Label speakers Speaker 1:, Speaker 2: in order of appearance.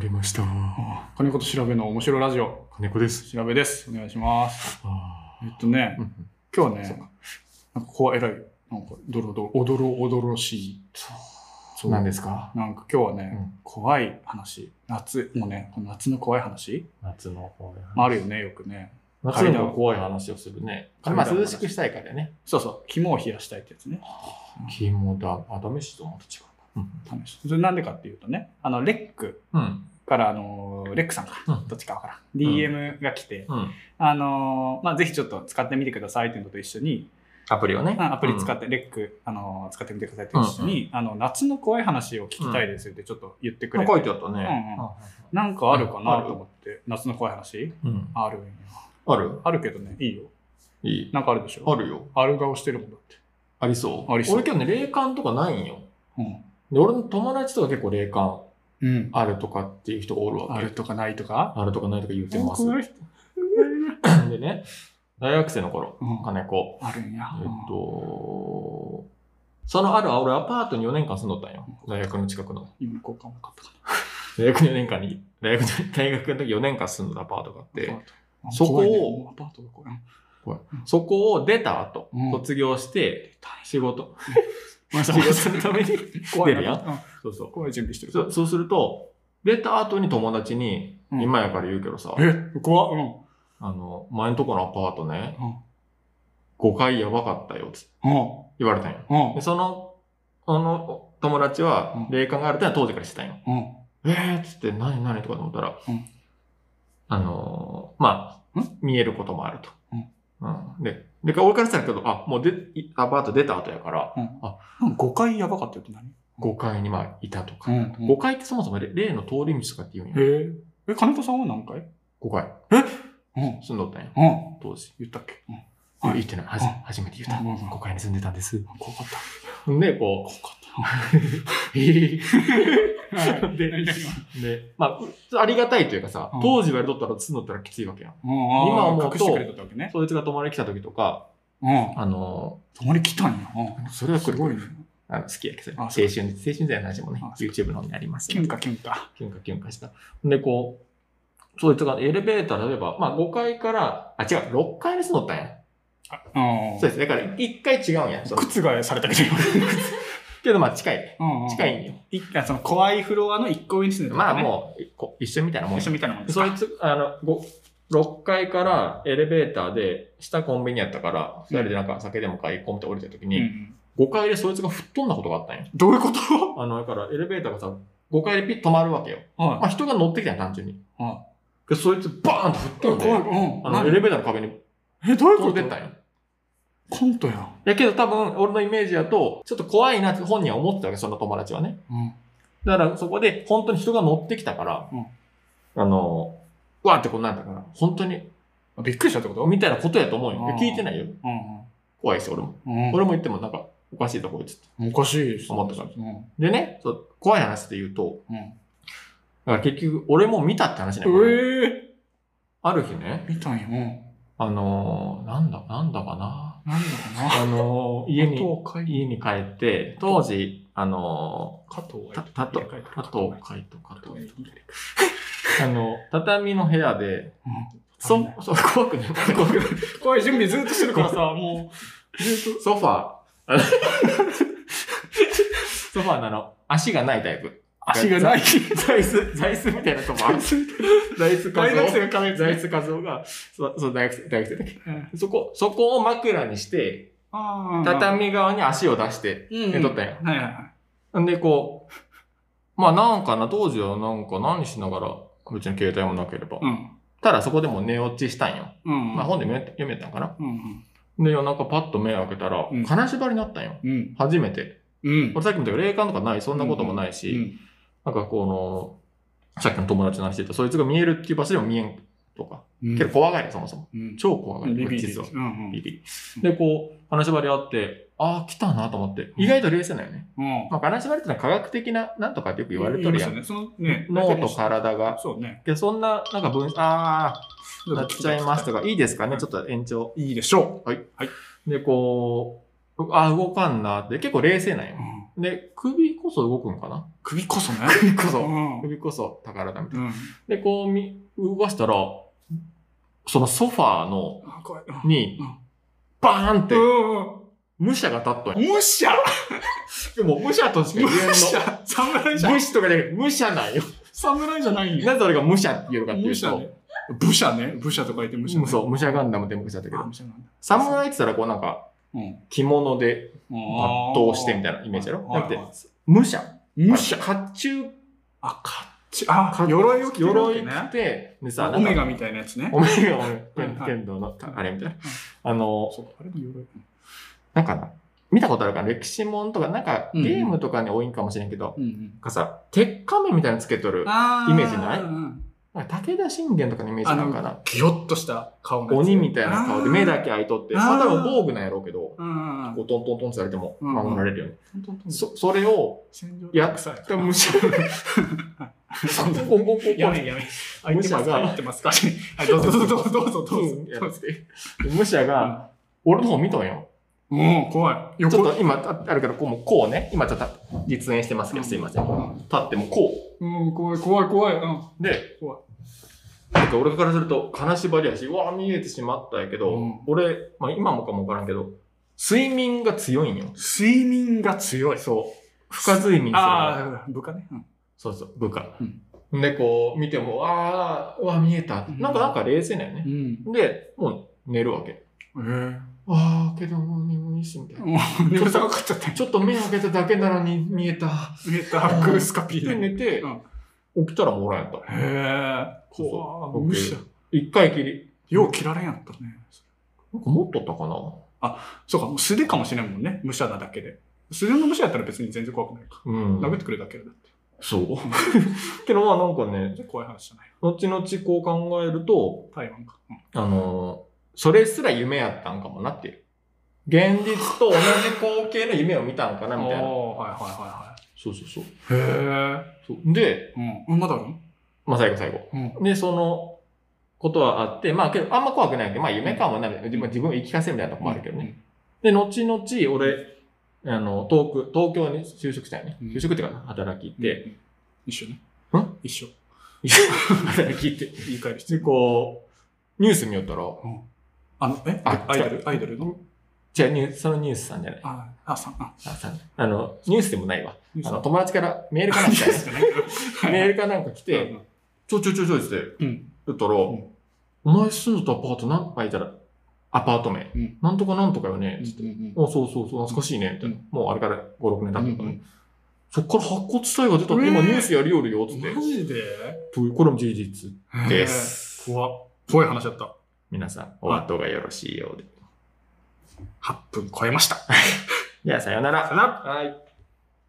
Speaker 1: りました。
Speaker 2: 金子と調べの面白ラジオ、
Speaker 1: 金子です。
Speaker 2: 調べです。お願いします。
Speaker 1: あ
Speaker 2: えっとね
Speaker 1: ー、うん
Speaker 2: 今日は
Speaker 1: そう
Speaker 2: ね、なんかこう偉い、なんかドロドロ、おどろおどろしい。
Speaker 1: そうなんですか
Speaker 2: なんか今日はね、
Speaker 1: うん
Speaker 2: 怖い話、夏、もうね、この夏の怖い話、
Speaker 1: 夏の怖い話。
Speaker 2: まあ、あるよね、よくね。
Speaker 1: 夏の方が怖い話をするね。
Speaker 2: 階
Speaker 1: ま
Speaker 2: 段
Speaker 1: あ涼しくしたいからね。
Speaker 2: そうそう、肝を冷やしたいってやつね。
Speaker 1: 肝だ。あ、ダメしとまた違うな。
Speaker 2: 試してそれなんでかっていうとね、あの、レック
Speaker 1: うん。
Speaker 2: から、あのーレックさんか、
Speaker 1: うん
Speaker 2: どっちかわからん。DM が来て、
Speaker 1: うん。うん。
Speaker 2: あのーまあ、ぜひちょっと使ってみてくださいっていうのと一緒に、
Speaker 1: アプリをね。
Speaker 2: あアプリ使
Speaker 1: っ
Speaker 2: って、レック、あのー使ってみてくださいと一緒に、あの、夏の怖い話を聞きたいですよってちょっと言ってくれて、
Speaker 1: 書いてあったね。
Speaker 2: なんかあるか
Speaker 1: うんあ
Speaker 2: な
Speaker 1: る
Speaker 2: と思って、夏の怖い話
Speaker 1: うん。
Speaker 2: あるんよ
Speaker 1: ある
Speaker 2: あるけどね、いいよ。
Speaker 1: いい。
Speaker 2: なんかあるでしょ
Speaker 1: あるよ。
Speaker 2: ある顔してるもんだって。
Speaker 1: ありそう。
Speaker 2: ありそう
Speaker 1: 俺今日ね、霊感とかないんよ。
Speaker 2: うん。
Speaker 1: で、俺の友達とか結構霊感あるとかっていう人がおるわ
Speaker 2: あ
Speaker 1: け。
Speaker 2: るとかないとか
Speaker 1: あるとかないとか言ってます。
Speaker 2: 多くない人
Speaker 1: でね、大学生の頃、
Speaker 2: うん
Speaker 1: 金子。
Speaker 2: あるんや。
Speaker 1: えっと、そのある俺アパートに4年間住んどったんよ。大学の近くの。
Speaker 2: 今交換も買ったか
Speaker 1: 大学の4年間に、大学の大学の時4年間住んどったアパートがあっ
Speaker 2: な。ア
Speaker 1: て
Speaker 2: パ、ートあ
Speaker 1: そこを
Speaker 2: 怖いねもうアパートが怖いうん
Speaker 1: そこを出た後、
Speaker 2: うん
Speaker 1: 卒業して、仕 事、
Speaker 2: ごめんな
Speaker 1: 仕
Speaker 2: さい
Speaker 1: 事のために、
Speaker 2: 怖い
Speaker 1: 出るや
Speaker 2: な。
Speaker 1: ん
Speaker 2: うん
Speaker 1: そうそう。
Speaker 2: 怖い準備してる。
Speaker 1: そそうすると、出た後に友達に、
Speaker 2: うん
Speaker 1: 今やから言うけどさ、
Speaker 2: え、怖っ。うん
Speaker 1: あの、前のとこのアパートね、
Speaker 2: うん
Speaker 1: 5階やばかったよ、つって
Speaker 2: うん
Speaker 1: 言われたんよ。
Speaker 2: うん
Speaker 1: で、その、あの、友達は
Speaker 2: う、ん
Speaker 1: 霊感があるってのは当時から知ってたんよ。
Speaker 2: うん
Speaker 1: えーっつって、何何とかと思ったら、
Speaker 2: うん
Speaker 1: あのーまあ
Speaker 2: ん、
Speaker 1: 見えることもあると。
Speaker 2: うん
Speaker 1: うんで、で、俺からしたらけど、あ、もうで、いアパート出た後やから、
Speaker 2: なんか5回やばかったよって何
Speaker 1: 5階にまあ、いたとか。
Speaker 2: うんうん
Speaker 1: 5階ってそもそも霊霊の通り道とかって言うんよ。
Speaker 2: へえ。え、金子さんは何回
Speaker 1: 5階。
Speaker 2: うん。うん。
Speaker 1: 住んどったんよ、当時。
Speaker 2: 言ったっけうん。
Speaker 1: あ
Speaker 2: はい
Speaker 1: 言ってない。はじ
Speaker 2: うん
Speaker 1: 初めて言った。
Speaker 2: うんうんうん
Speaker 1: 5階に住んでたんです。
Speaker 2: 怖かった。
Speaker 1: で、こ
Speaker 2: 怖かっ
Speaker 1: う、へ
Speaker 2: た。 はい
Speaker 1: で
Speaker 2: 何々は
Speaker 1: で、まあ、ありがたいというかさ
Speaker 2: う、ん
Speaker 1: 当時言われとったら住んどったらきついわけやん。
Speaker 2: うん
Speaker 1: 今
Speaker 2: あ
Speaker 1: 思うと
Speaker 2: ー隠してくれとったわけね。
Speaker 1: そいつが泊まりに来た時とか、
Speaker 2: うん。
Speaker 1: あの
Speaker 2: たまに来たんや。うん
Speaker 1: ー、それは
Speaker 2: す
Speaker 1: 来る
Speaker 2: ごいね。
Speaker 1: あの好きやけど、青
Speaker 2: あ
Speaker 1: 春、青春時代の話もね
Speaker 2: あ、そう
Speaker 1: YouTube の方にあります
Speaker 2: キ
Speaker 1: よ、
Speaker 2: ュンかキュンか。
Speaker 1: キュンカキュンカした。で、こう、そいつがエレベーター、例えば、まあ5階から、あ、違う、6階に住んどったんや。
Speaker 2: うん
Speaker 1: そうです。だから1階違うんや。そう
Speaker 2: 覆されたけど、
Speaker 1: けど、まあ近い。
Speaker 2: 今。
Speaker 1: 近
Speaker 2: い。
Speaker 1: いんよ。
Speaker 2: いやその怖いフロアの一個上に住んでた
Speaker 1: まあ
Speaker 2: ね
Speaker 1: もう、こ一緒みたいなもん
Speaker 2: 一緒みたいなもんです
Speaker 1: そ
Speaker 2: か
Speaker 1: いつ、あの、ご6階からエレベーターで、下コンビニやったから、二人でなんか酒でも買い込んで降りた時
Speaker 2: うんう
Speaker 1: に、
Speaker 2: ん
Speaker 1: 5階でそいつが吹っ飛んだことがあったんよ。
Speaker 2: どういうこと
Speaker 1: あの、だからエレベーターがさ、5階でピッと止まるわけよ。ま
Speaker 2: は
Speaker 1: あ人が乗ってきたんよ、単純に。
Speaker 2: い。は
Speaker 1: で、そいつバーンと
Speaker 2: い。
Speaker 1: 吹っ飛んで、あ
Speaker 2: 怖
Speaker 1: の、
Speaker 2: い。
Speaker 1: エ
Speaker 2: うん。
Speaker 1: レベーターの壁に
Speaker 2: え、どういう
Speaker 1: 飛
Speaker 2: こ
Speaker 1: んでった
Speaker 2: と
Speaker 1: んよ。
Speaker 2: コントやん。
Speaker 1: やけど多分、俺のイメージだと、ちょっと怖いなって本人は思ってたわけ、その友達はね。
Speaker 2: うん。
Speaker 1: だからそこで本当に人が乗ってきたから、
Speaker 2: うん
Speaker 1: あの、うわーってこんなんだから、本当に、
Speaker 2: あびっくりしたってこと
Speaker 1: みたいなことやと思うよ。
Speaker 2: あー
Speaker 1: 聞いてないよ。
Speaker 2: う
Speaker 1: 怖いし、俺も。
Speaker 2: んうん。
Speaker 1: 俺も言ってもなんか、おかしいぞ、こいつって。
Speaker 2: うん。おかしいし
Speaker 1: 思ったから
Speaker 2: うん。
Speaker 1: でね、そう怖い話で言うと、
Speaker 2: うん。
Speaker 1: だから結局、俺も見たって話ね。これ
Speaker 2: ええ
Speaker 1: ある日ね、
Speaker 2: 見たんや。うん。
Speaker 1: あのー、なんだ、なんだかな。
Speaker 2: なんだかな。
Speaker 1: あのー、家に、
Speaker 2: 加藤海
Speaker 1: 家に帰って、当時、あの
Speaker 2: 加藤
Speaker 1: ー、た、たと、加藤海と加
Speaker 2: 加
Speaker 1: 藤
Speaker 2: 藤
Speaker 1: 海
Speaker 2: 海。
Speaker 1: あの、畳の部屋で、そ
Speaker 2: うん、
Speaker 1: そう、怖くない怖くない
Speaker 2: 怖い準備ずっとしてる からさ、もう、ずっ
Speaker 1: ソファー あの。ソファーなの。足がないタイプ。
Speaker 2: と足が ない。
Speaker 1: 座椅子、座椅子みたいなとこある。座椅子画
Speaker 2: 大学生
Speaker 1: 像。
Speaker 2: が金
Speaker 1: 座椅子画像が、そう、そう大学生、大学生だっけ。
Speaker 2: うん
Speaker 1: そこ、そこを枕にして、
Speaker 2: あー
Speaker 1: 畳側に足を出して
Speaker 2: うん
Speaker 1: 寝とったんよ。
Speaker 2: はいはいはい。
Speaker 1: んで、こう、まあなんかな、当時はなんか何しながら、別に携帯もなければ。
Speaker 2: うん。
Speaker 1: ただそこでもう寝落ちしたんよ。
Speaker 2: うん。
Speaker 1: まあ本で読めたんかな。
Speaker 2: うんうん。
Speaker 1: で、夜中パッと目を開けたら、
Speaker 2: うん
Speaker 1: 金縛りになったんよ。
Speaker 2: うん。
Speaker 1: 初めて。
Speaker 2: うん。
Speaker 1: 俺さっきも言ったけど霊感とかない、そんなこともないし、
Speaker 2: うん
Speaker 1: なんかこの、さっきの友達の話で言った、そいつが見えるっていう場所でも見えんとか。
Speaker 2: うん。
Speaker 1: けど怖がり、そもそも。
Speaker 2: うん、
Speaker 1: 超怖がり、
Speaker 2: ビビ
Speaker 1: 実は。
Speaker 2: うんうん。
Speaker 1: ビビで、こう、金縛りあって、ああ、来たなと思って。意外と冷静だよね。
Speaker 2: うん。
Speaker 1: まあ、金縛りってのは科学的な、なんとかってよく言われてるやん。
Speaker 2: 言いますよね。そのね、
Speaker 1: 脳と体が。
Speaker 2: そうね。
Speaker 1: けどそんな、なんか分、ああ、なっちゃいますとか、いいですかね、
Speaker 2: うん
Speaker 1: ちょっと延長。
Speaker 2: いいでしょ
Speaker 1: はい。
Speaker 2: はい
Speaker 1: で、こう、ああ、動かんなって、結構冷静なんよ
Speaker 2: う。うん。
Speaker 1: で、首こそ動くんかな
Speaker 2: 首こそね。
Speaker 1: 首こ
Speaker 2: う
Speaker 1: そ。
Speaker 2: ん。うん。
Speaker 1: 首こそ宝だみたいな。で、こうみ、動かしたら、そのソファーの、
Speaker 2: あ怖い。
Speaker 1: に
Speaker 2: うん、
Speaker 1: バーンって
Speaker 2: う、んうん
Speaker 1: 武者が立っとんや
Speaker 2: むしゃ
Speaker 1: でも、武者としか言えん
Speaker 2: むし
Speaker 1: の。
Speaker 2: ゃ侍じゃん。
Speaker 1: 武士とかじゃなくて、武者なんよ。
Speaker 2: 侍じゃないんや。
Speaker 1: なぜ俺が武者って言うのかってい
Speaker 2: 武
Speaker 1: う
Speaker 2: 者
Speaker 1: と、
Speaker 2: ね。武者ね。武者と書いて武者
Speaker 1: う
Speaker 2: ね。
Speaker 1: んそう、武者ガンダムで武者だけ
Speaker 2: あ
Speaker 1: ど、
Speaker 2: 武者なんだ。
Speaker 1: 侍って言ったらこうなんか、
Speaker 2: うん。
Speaker 1: 着物で抜刀してみた
Speaker 2: い
Speaker 1: いなイメージやろなくて
Speaker 2: はい、
Speaker 1: 武者。
Speaker 2: むしゃ。
Speaker 1: 甲冑、
Speaker 2: あ、かっち、あ
Speaker 1: 甲、冑
Speaker 2: 鎧を着てるわ
Speaker 1: 鎧
Speaker 2: け
Speaker 1: 着
Speaker 2: ね。
Speaker 1: て、でさ、
Speaker 2: オメガみたいなやつね。
Speaker 1: オメガを
Speaker 2: はいはい
Speaker 1: 剣道の、あれみたいな
Speaker 2: うん。
Speaker 1: あの、
Speaker 2: そうあれも鎧。
Speaker 1: なんかな、見たことあるかな歴史もんとか、なんか
Speaker 2: う
Speaker 1: ゲ
Speaker 2: んうん
Speaker 1: ームとかに多いんかもしれんけど、
Speaker 2: うんうん
Speaker 1: なん。かさ、鉄仮面みたいなのつけとる、
Speaker 2: あ
Speaker 1: イメージない
Speaker 2: うんうん
Speaker 1: なんか武田信玄とかのイメージなんかな。
Speaker 2: ギョッとした顔のやつ
Speaker 1: 鬼みたいな顔で目だけ開いとって、
Speaker 2: あー
Speaker 1: まあ多分防具なんやろうけど、
Speaker 2: うんうんうん
Speaker 1: こうトントントンってされても
Speaker 2: うん
Speaker 1: 守られるよね。
Speaker 2: トントントン
Speaker 1: そ、それを、
Speaker 2: 戦場で
Speaker 1: やっ
Speaker 2: 臭い
Speaker 1: たむしゃ、
Speaker 2: そんな
Speaker 1: コンコンコンコン
Speaker 2: やめやめ。
Speaker 1: 武者が
Speaker 2: 入ってますか入ってますかはい、どうぞどうぞどうぞどうぞ
Speaker 1: うんや
Speaker 2: ど
Speaker 1: ら
Speaker 2: うぞ。
Speaker 1: せて武者が、俺の方見とんよ。
Speaker 2: うん、怖い。
Speaker 1: ちょっ
Speaker 2: 横。
Speaker 1: と今、ああるけど、こうもうこうね。今ちょっと実演してますけど、すいません。立ってもこ
Speaker 2: うん、怖い、怖い、怖い。うん。
Speaker 1: う。で
Speaker 2: 怖い、
Speaker 1: なんか俺からすると、金縛りやし、うわ見えてしまったんやけど、
Speaker 2: うん
Speaker 1: 俺、まあ今もかもわからんけど、睡眠が強いんよ。
Speaker 2: 睡眠が強い。
Speaker 1: そう。深睡眠するの。
Speaker 2: ああ、部下ね。うん
Speaker 1: そうそう、部下。で、こう、見ても、ああ、うわ、見えた。
Speaker 2: うん
Speaker 1: なんか、なんか冷静だよね。
Speaker 2: うん。
Speaker 1: で、もう寝るわけ。
Speaker 2: え
Speaker 1: ああ、けどもう眠いし、みたい
Speaker 2: え。
Speaker 1: な。
Speaker 2: もう、眠さがかっちゃったよ。
Speaker 1: ちょっと目開けただけなのに見えた。
Speaker 2: 見えた、グースカピ
Speaker 1: で、
Speaker 2: ーね。
Speaker 1: 寝て
Speaker 2: うん、
Speaker 1: 起きたらもらえた。
Speaker 2: へえ。怖
Speaker 1: そ
Speaker 2: いうむしゃ。
Speaker 1: 一回きり。
Speaker 2: よう切られんやったね。
Speaker 1: なんか持っとったかな
Speaker 2: そうか、もう素手かもしれんもんね。武者なだけで。素手の武者やったら別に全然怖くないか。
Speaker 1: うん。
Speaker 2: 殴ってくれるだけだって。
Speaker 1: そう。 けど、まあなんかね、
Speaker 2: 全然怖い話じゃない。
Speaker 1: 後々こう考えると、
Speaker 2: 台湾か。うん
Speaker 1: あのーそれすら夢やったんかもなっていう。現実と同じ光景の夢を見たんかな、みたいな。
Speaker 2: おーはいは
Speaker 1: そうそうそう。
Speaker 2: いはいはい。へ
Speaker 1: そうで、
Speaker 2: え。うん。まだあるの
Speaker 1: まあ最後最後。
Speaker 2: うん。
Speaker 1: で、そのことはあって、まあけど、あんま怖くないけど、まあ夢かもな、みたいな自分自分を言い聞かせるみたいなとこもあるけどね。で、後々、俺、あの、遠く、東京に就職したよね。
Speaker 2: うん
Speaker 1: 就職っていうかな、働き行っ
Speaker 2: うん。
Speaker 1: て、
Speaker 2: うん、一緒ね。
Speaker 1: ん
Speaker 2: 一緒。
Speaker 1: 働き行って、
Speaker 2: 言い換える必
Speaker 1: で、
Speaker 2: 要。
Speaker 1: こう、ニュース見よったら、
Speaker 2: あの、え
Speaker 1: あ
Speaker 2: アイドルアイドルの
Speaker 1: 違う、ニュース、そのニュースさんじゃない。あ、
Speaker 2: あ、あ、さん、あ、
Speaker 1: さんあの、ニュースでもないわ。
Speaker 2: ニュー
Speaker 1: あ
Speaker 2: ス
Speaker 1: の、
Speaker 2: だ。
Speaker 1: 友達からメールかなんか来たよね
Speaker 2: じゃないけど。
Speaker 1: メー
Speaker 2: っ
Speaker 1: ルかなんか来て、、ちょちょちょちょって
Speaker 2: うん。
Speaker 1: 言ったら、
Speaker 2: ん
Speaker 1: お前住んでたアパート何あいたら、アパート名、
Speaker 2: うん
Speaker 1: なんとかなんとかよね、つって、
Speaker 2: うん
Speaker 1: おそうそうそう、懐かしいね、みたいな。
Speaker 2: うん
Speaker 1: もうあれから5、6年経ったから、
Speaker 2: うん
Speaker 1: そっから白骨死体が出たって、
Speaker 2: えー
Speaker 1: 今ニュースやりよるよ、つって。
Speaker 2: マジで
Speaker 1: これも事実で。す。
Speaker 2: 怖っ。怖い話だった。
Speaker 1: 皆さん、お後がよろしいようで。
Speaker 2: 8分超えました。
Speaker 1: では、さようなら。
Speaker 2: なら
Speaker 1: はい。